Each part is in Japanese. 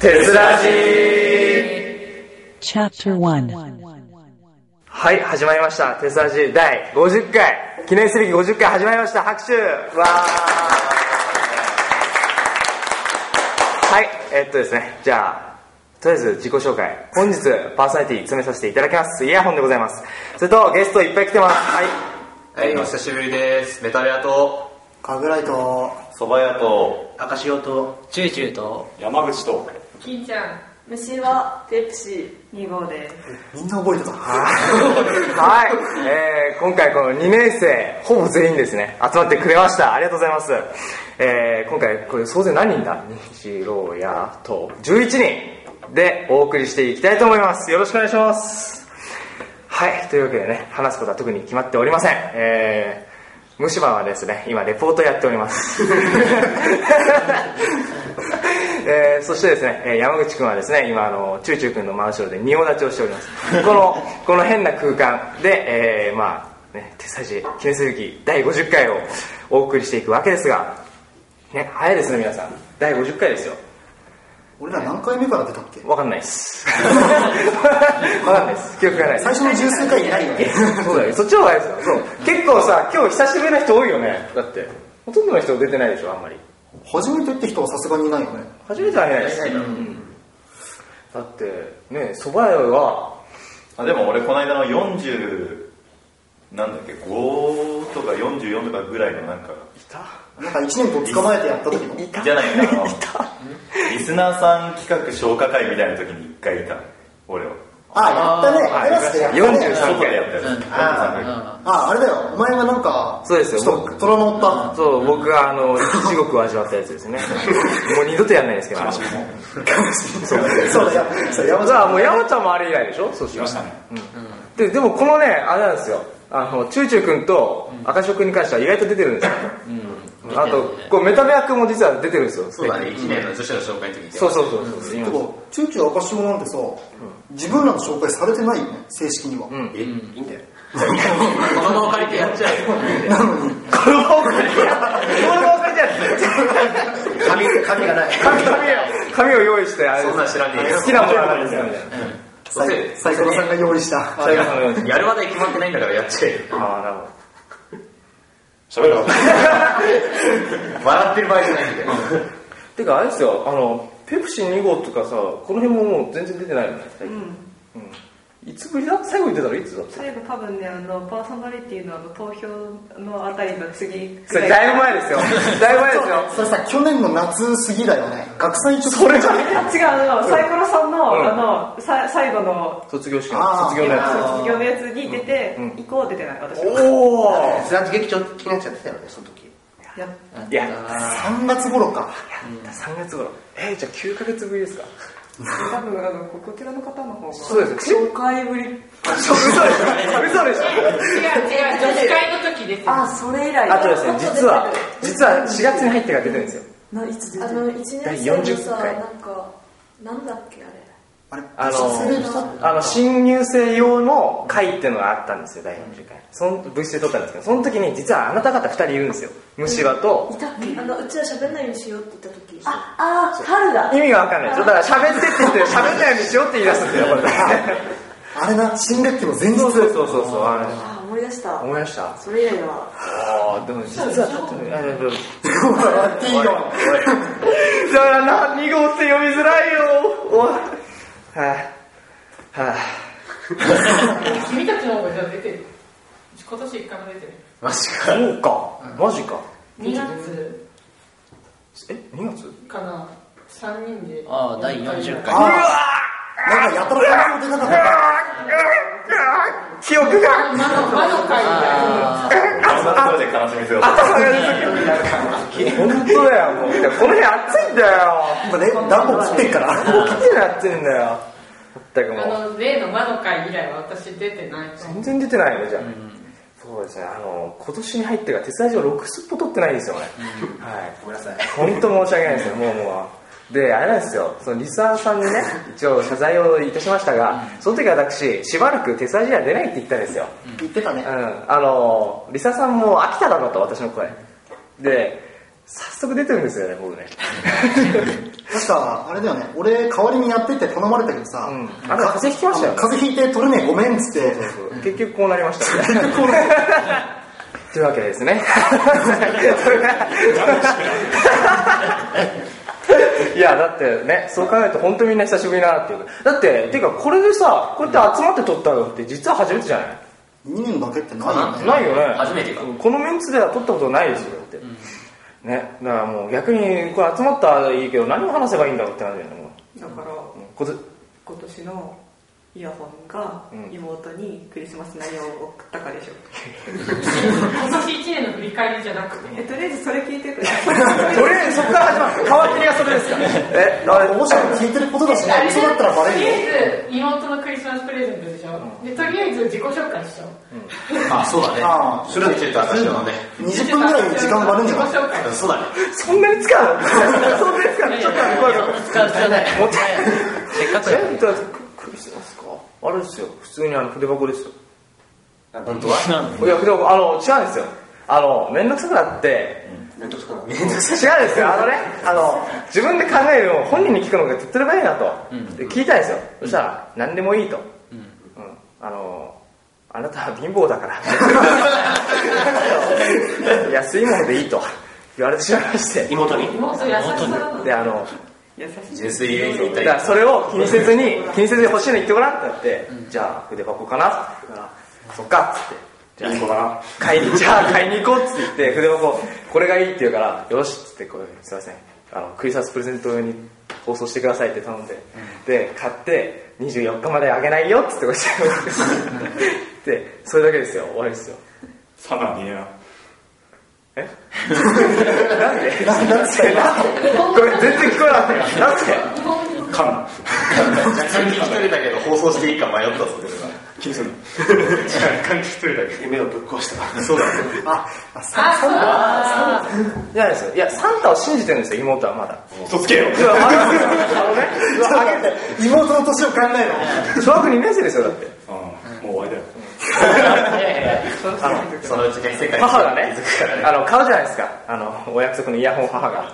鉄ラジー Chapter 1はい、始まりました。テスラジー第50回、記念すべき50回始まりました。拍手わーはい、えっとですね、じゃあ、とりあえず自己紹介。本日、パーソナリティ詰めさせていただきます。イヤホンでございます。それと、ゲストいっぱい来てます。はい。はい、お久しぶりです。メタルアと、かぐらいと蕎麦屋と、赤潮とチューチューと山口と、金ちゃん虫はペプシ2号ですみんな覚えてたはい、えー今回この2年生、ほぼ全員ですね、集まってくれました。ありがとうございます。えー今回、これ総勢何人だ西郎やと11人でお送りしていきたいと思います。よろしくお願いします。はい、というわけでね、話すことは特に決まっておりません。えー、虫歯はですね、今レポートやっております。 えーそしてですね、えー山口君はですね今あのチューチュー君の真後ろで仁王立ちをしておりますこ のこの変な空間で、えーまあね手差し記念すべき第50回をお送りしていくわけですが、ね、早いですね皆さん第50回ですよ俺ら何回目から出たっけわかんないです わかんないです記憶がないです最初の十数回いないよねそうだよそっちの方が早いですよそう結構さ今日久しぶりな人多いよねだってほとんどの人出てないでしょあんまり初めてって人はさすがにいないよね初めては会えないです、うんだってね蕎麦屋があでも俺この間の40、なんだっけ、5とか44とかぐらいのなんか、なんか1年と捕まえてやった時のじゃないな、あの リスナーさん企画消化会みたいな時に一回いた、俺は。あやったねテラスでやったね43外でやったやつ。43ああれだよお前がなんかそうですよちょっと虎乗ったそう、僕があの、地獄を味わったやつ ですね。もう二度とやんないですけど、あのそうだよそう山じちゃあゃんもう山ちゃんもあれ以来でしょそうしましたね。うんで、でもこのね、あれなんですよ。あの、チューチュー君と赤潮君に関しては意外と出てるんですよ。あと、こう、メタベア君も実は出てるんですよ。そうそうだね1年の女子の紹介の時にそうそうそうそう。今で もチューチュー赤潮なんてさ自分らの紹介されてないよね正式にはんえいいんだよ子供を借りてやっちゃうよなのにこれも遅れちゃう。髪髪がない紙を、紙を用意して、あれでそんなんす知らねえよ好きなものなんですよね。サイサイコロさんが用意したそれがそのようにやる話題決まってないんだからやっちゃえよああ、なるほど。喋ろう。笑ってる場合じゃないんだよてかあれですよあのペプシ2号とかさこの辺ももう全然出てないよね最う近、んいつぶりだ最後に出たのいつだって最後多分ねあのパーソナリティのあの投票のあたりの次くそられいだいぶ前です よだいぶ前ですよそれさ去年の夏過ぎだよね学祭ちょっとそれじゃ違うあのサイコロさんの、うんあのさ最後の卒業式あのー卒業のや卒業のやつに出て、うん行こう出てない私つおおすなわち劇場気になっちゃってたよねその時やいや3月頃か3月頃えー、じゃあ9ヶ月ぶりですか多分あのここちらの方の方がそうです5回ぶり嘘でしょ嘘でしょ違う違う、女子会の時ですよ。あそれ以来あとですね実は実は4月に入ってから出てるんですよないつ出てあるの一第年生の40さ回なんかなんだっけあれあれあの失礼したあの新入生用の会っていうのがあったんですよ第40回その部室で撮ったんですけどその時に実はあなた方2人いるんですよ虫歯 といたっけあのうちら喋んないようにしようって言った時あああ春だ意味がわかんないでしょだから喋ってって言って喋んないようにしようって言い出すんだよこれあれな、新学期の前日そうそうそうそうそうああ思い出したれ思いましたあそれ以来だわあでも実はちょっとねあでもやっていいよ。だからな2号って呼びづらいよおいはいはい君たちの方がじゃあ出てる。今年一回も出てる。マジかそうかマジか2月え2月かな、3人で。ああ第40ああ回なんかやたら感情出なかった。記憶が魔の魔の会みたいな。それで悲しみせよう。頭が出てくる本当だよもうこの辺暑いんだよ今ね、暖房切ってっから。もう来てる暑いんだよ全くもうあの、例の魔の会以来は私出てないと全思う。然出てないねじゃあ、そうですねあの今年に入ってから手伝い上6スポ取ってないんですよね、はいごめんなさい本当申し訳ないですよもうもうであれなんですよそのリスナーさんにね一応謝罪をいたしましたが、その時私しばらく手伝い上は出ないって言ったんですよ、言ってたうね。ん、あのリサさんも飽きただろうと私の声で早速出てるんですよね僕 ね確か、あれだよね、俺、代わりにやってって頼まれたけどさ、うんあれ風邪ひきましたよねあの風邪ひいて取れねえ、ごめんっつって、結局こうなりましたね というわけでですねいやだってねそう考えると本当みんな久しぶりだなっていうだってっていうかこれでさこうやって集まって撮ったのって実は初めてじゃない2年だけってないよね。ないよね初めてかこのメンツでは撮ったことないですよだって、ねだからもう逆にこれ集まったらいいけど何を話せばいいんだろうって感じだよねもだかうらうんこず今年のイヤホンがうん妹にクリスマス何を送ったかでしょ、今年一年の振り返りじゃなくてえね。とりあえずそれ聞いてくだ さいとりあえずそこから始まる変わってりがそれですからえあれもし聞いてることだしね、嘘だったらバレるよ。とりあえず妹のクリスマスプレゼントでしょ。でとりあえず自己紹介しちゃおう。あ、そうだね。ああスルッチェと私だね。 20分ぐらい時間割るんじゃない自己紹介。そうだね。そんなに使うの そんなに使うのちょっと待ってこ使う必要 ない。れもったいないせっかく全部クリスマスかあれですよ普通にあの筆箱ですよ本当はいや筆箱あの違うんですよあの面倒くさくなってなんとかな。違うんですよあのねあの自分で考えるよりも本人に聞くのが手っ取り早いなと、んで聞いたんですよそしたら何でもいいと、うんあのあなたは貧乏だから安いものでいいと言われてしまいまして妹に妹優しさだもんであの優しい純粋優にいだたからい。それを気にせずに気にせずに欲しいの言ってごらんってなって、じゃあ筆箱かなって言うからそっかっつってじゃあ買いにじゃあ買いに行こうっつって言って筆箱これがいいって言うからよしっつってこれすいませんあのクリスマスプレゼント用に放送してくださいって頼んで、で買って24日まであげないよっつってこうしてでそれだけですよ終わりですよさらになえなんでなんでなんでごめん全然聞こえなかったよなんでかん換気一人だけど放送していいか迷ったそ うですが。気にするな換気一人だけ 夢をぶっ壊した。そうだねあじゃないですよ。いや、サンタを信じてるんですよ、妹はまだ。嘘つけよいや、あのね、妹の年を考えろ。小学2年生ですよ、だって。うんもう終わりだよそう。いやいやいや。 そのうち逆世界母がね、あの、買うじゃないですか。あの、お約束のイヤホンを母 が。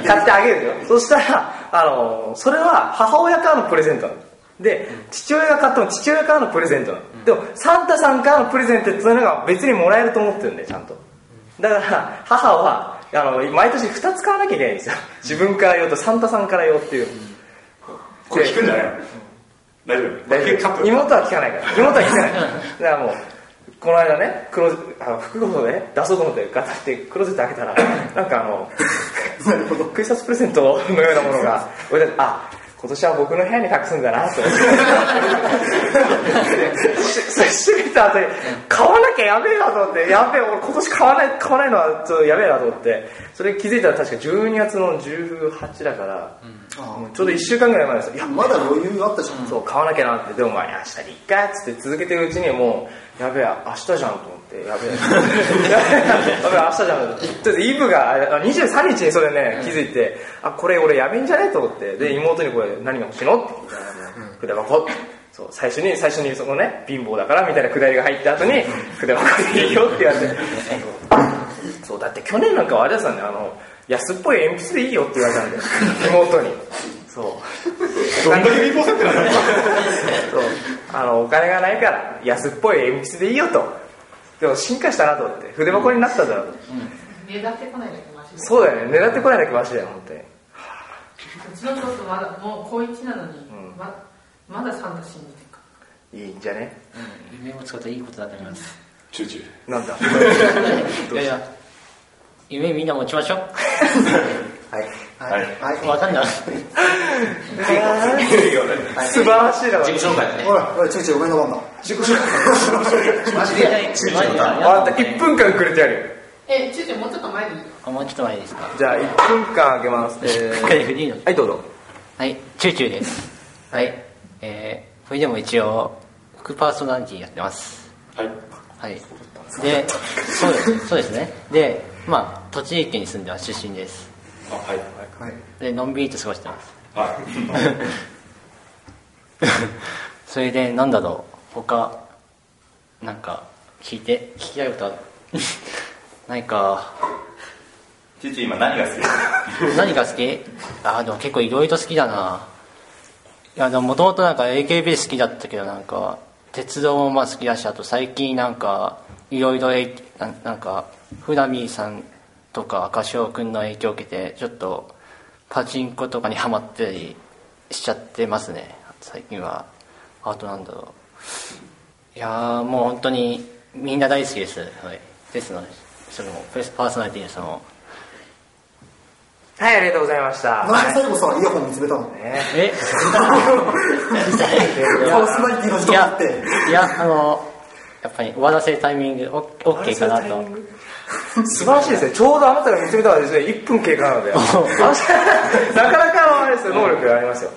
で買ってあげるんですよ。そしたら、あの、それは母親からのプレゼントなの。で、父親が買っても父親からのプレゼントなの。でも、サンタさんからのプレゼントっていうのが別にもらえると思ってるんで、ちゃんと。だから、母は、あの、毎年2つ買わなきゃいけないんですよ。自分から用とサンタさんから用っていう。これ聞くんじゃないの大丈夫大丈カッ夫プ妹は聞かないから妹は聞かないだからもうこの間ねクローゼあの福袋ね出そうと思ってガタってクローゼット開け たらなんかあのクリスマスプレゼントのようなものが置いてあってあ今年は僕の部屋に隠すんだな と思ってしそれ閉めた後に買わなきゃやべえなと思ってやべえ俺今年買わない買わないのはちょっとやべえなと思ってそれ気づいたら確か12月の18だから、もうちょうど1週間ぐらい前ですいやまだ余裕あったじゃん。そう買わなきゃなってでもまあ明日でいっかっつって続けてるうちにもうやべえ明日じゃんと思ってや べえやべえ明日じゃんと思ってでイブがあ23日にそれね気づいてあこれ俺やべえんじゃねと思ってで妹にこれ何が欲しいのって聞いたらもう筆箱そう最初に最初にそのね貧乏だからみたいなくだりが入った後に筆箱でいいよって言われてそうだって去年なんかはあれですよねあの安っぽい鉛筆でいいよって言われたんで妹に そうどんだけ貧乏設定なのそうあのお金がないから安っぽい鉛筆でいいよとでも進化したなと思って筆箱になったんだろうと、目立ってこないだけマジで。そうだよね狙ってこないだけマシだよ本当にうちの弟まだもう高一なのに、ままだサンタ信じてるかいいんじゃね夢を使ったいいことだと思います。チューチューなんだいやいや、夢みんな持ちましょはい、はい。はい。う。わかんない。素晴らしいだから自己紹介だね。ほら、おい、ちょいちょい、お前の番だ。自己紹マジで痛い。マジ介であんた1分間くれてやるよえ、ちゅうちゃんもうちょっと前でいいよ。あもうちょっと前ですか。じゃあ1分間あげますえ一ー回フリーの。はいどうぞはい、チューチューです。はい、えー、それでも一応、副パーソナリティやってます。はいはい。で、そうですそうですね。で、まあ、栃木県に住んでます出身です。あはいはい。で、のんびりと過ごしてます。 はいそれで、なんだろう、他、 なんか、聞いて、聞きたいことあるないか。父今何が好きですか何が好きあーでも結構いろいろ好きだないやでももともとなんか AKB 好きだったけどなんか鉄道もまあ好きだしあと最近なんかいろいろえななんかフラミーさんとか赤潮くんの影響を受けてちょっとパチンコとかにハマったりしちゃってますね最近はあとなんだろういやーもう本当にみんな大好きです、はい、ですのでそのパーソナリティのそのはい、ありがとうございました。なんで最後さ、イヤホン見つめたのえいやパーソナリティの人だっていやいやあのやっぱり終わらせるタイミングオッオッケーかなと素晴らしいですね。ちょうどあなたが見つめたのはですね、1分経過なので。 なかなかのあれですよ、能力がありますよ。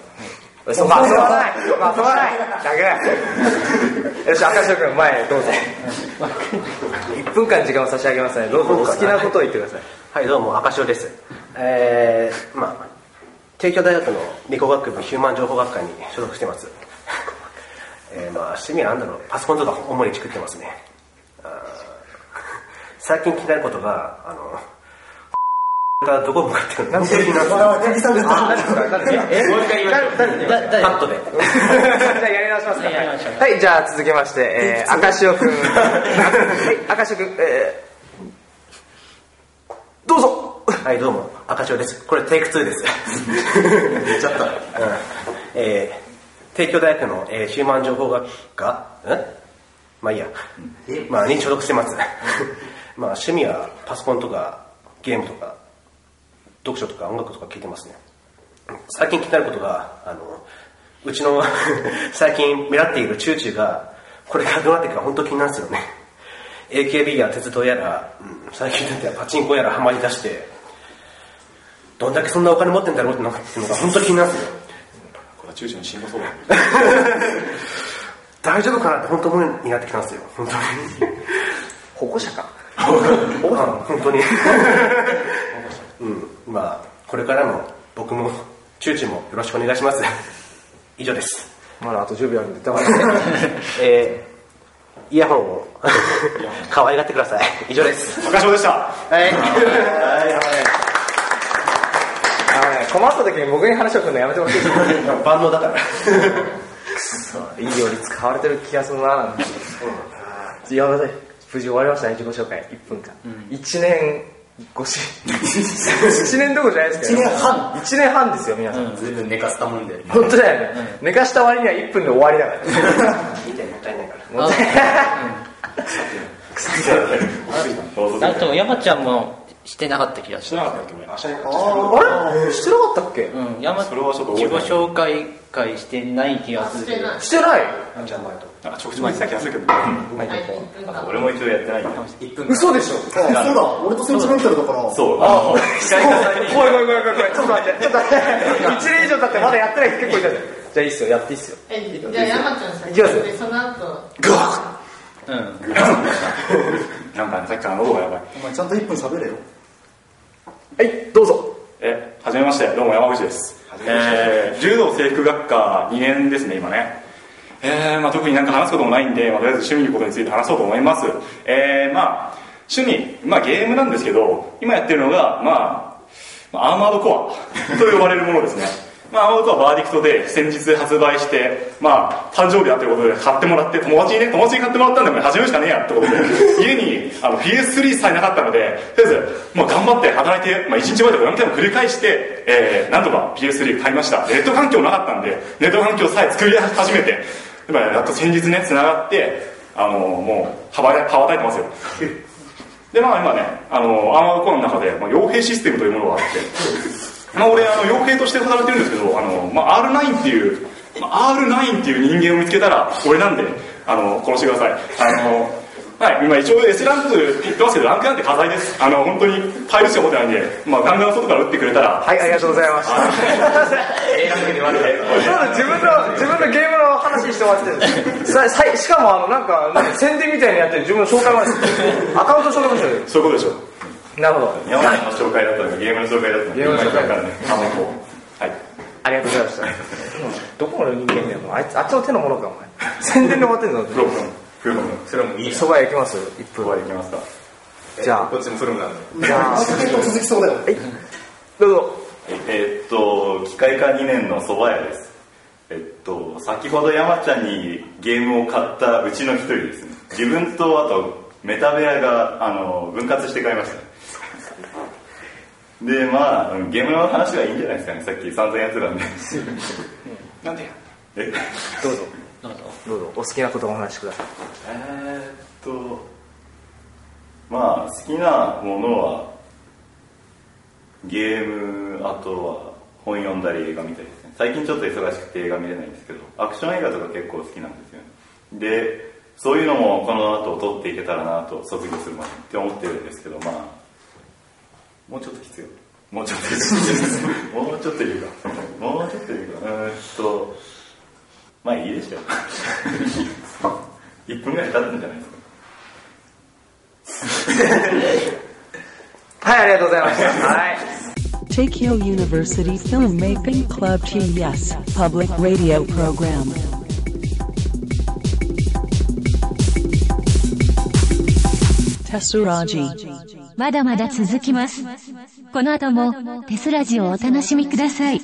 まあ、そうはない。まあ、そうはない。だけよし、赤潮君、前へどうぞ。1分間時間を差し上げますね。どうぞ、お好きなことを言ってください。はい、どうも、赤潮です。えー、まあ、帝京大学の理工学部ヒューマン情報学科に所属してます。 えー、まあ、趣味は何だろう、パソコンとか主に作ってますね。あー最近気になることが、あの、 がどこ向かってるのなんか、ジャニーさんが言っもた。う一回言いましょう。カットで。じゃあやり直しますか。はい、はいじゃあ続きまして、えー、赤潮くん。はい赤潮くん、えー、どうぞはい、どうも、赤潮です。これ、テイク2です。 言っちゃった。うん。えー、帝京大学の、えーヒューマン情報学科、んまあいいや。まあ、に所属してます。 まあ、趣味はパソコンとか、ゲームとか、読書とか音楽とか聞いてますね。最近気になることが、あの、うちの 最近目立っているチューチューが、これからどうなっていくか本当気になるんですよね。AKB や鉄道やら、うん最近だってパチンコやらハマり出して、どんだけそんなお金持ってんだろうってのがっていうのが本当気になるんですよ。これは中心にしんどそうだ 大丈夫かなって本当思いになってきたんですよ。本当に。保護者か。あ本当に。 うん。まあ、これからも僕も、チューチューもよろしくお願いします。以上です。まだあと10秒あるんで、だから、 えー、イヤホンを 可愛がってください。以上です。赤潮でしたはい。あのね困った時に僕に話を振るのやめてほしいです。万能だから。いいより使われてる気がするなぁ。やばい。無事終わりましたね、自己紹介。1分間。1年越し。1年どころじゃないですけど。一年半。 1年半ですよ、皆さん。ずいぶん寝かせたもんで本当だよね、寝かした割には1分で終わりだから見て、もったいないから。あと山ちゃんもしてなかった気がししてなかったっけ俺あしてなかったあれしてなかったっけ、たうん山それはちょっと覚え自己てない紹介会してない気がするけどしてないじゃあ、前と。なんかちょくちょく言ってた気がするけどなんか俺も一応やってないんだよ1分嘘 でしょあそうだ、俺とセンチメンタルだから。そうあ怖い怖い怖い怖い怖いちょっと待ってちょっと待って1年 以上経ってまだやってない人結構いたじゃんじゃあいいっすよやっていいっすよえじゃあ山ちゃんさいきますでその後うんなんかねさっきから喉がやばいお前ちゃんと1分喋れよ。はいどうぞえはじめましてどうも山口ですえー柔道制服学科2年ですね今ねえーまあ、特になんか話すこともないんで、まあ、とりあえず趣味のことについて話そうと思いますえーまあ趣味、まあ、ゲームなんですけど今やってるのがまあまあアーマードコアと呼ばれるものですねまあ、アーマードコアバーディクトで先日発売して、まあ、誕生日だということで買ってもらって友達にね友達に買ってもらったんだから始めるしかねえやってことで家にあの PS3 さえなかったのでとりあえずもう頑張って働いて、まあ、1日前とか何回も繰り返して、えー、なんとか PS3 買いましたネット環境なかったんでネット環境さえ作り始めてまあやっと先日ね繋がってあのもう羽ばた羽ばたいてますよでまあ今ねあのアーマードコアの中で、まあ、傭兵システムというものがあってまあ俺あの傭兵として働いてるんですけどあの、まあ、R9 っていう、まあ、R9 っていう人間を見つけたら俺なんであの殺してくださいあのはい、今一応 S ランクって言ってますけどランクなんて課題ですあの本当にパイルしか持ってないんで、まあ、ガンガン外から打ってくれたらはいありがとうございました そうだ自分の自分のゲームの話して終わってるささいしかもあのなんかなんか宣伝みたいにやって自分の紹介までアカウント紹介までそういうことでしょうなるほど山内の紹介だったのかゲームの紹介だったのかゲームの紹介今からねあのこうはいありがとうございました。どこの人間だよ、もうあいつ、あっちの手のものか、お前。宣伝で終わってんぞ。プロフロムプロフロムそれはもういいやそば屋行きます一プ分。ロは行きますかじゃあこっちもフルムなんで。じゃあまた結構続きそうだよ。はいどうぞえーっと、機械化2年の蕎麦屋です。えっと、先ほど山ちゃんにゲームを買ったうちの一人ですね。自分とあとメタ部屋があの分割して買いました。で、まあ、うんゲームの話はいいんじゃないですかね。さっき散々やってたんで。なんでやえどうぞどうぞどうぞお好きなことをお話しくださいえーっとまあ好きなものはゲームあとは本読んだり映画見たりですね最近ちょっと忙しくて映画見れないんですけどアクション映画とか結構好きなんですよねでそういうのもこの後撮っていけたらなと卒業するまでって思ってるんですけどまあもうちょっと必要もうちょっと必要もうちょっといるかもうちょっといるかうーんとまあいいでし ょう1分ぐらい経ったんじゃないですかはいありがとうございました はい Tokyo University Filmmaking Club TES Public Radio Program. Tessuraji. まだまだ続きます。この後もテスラジをお楽しみください。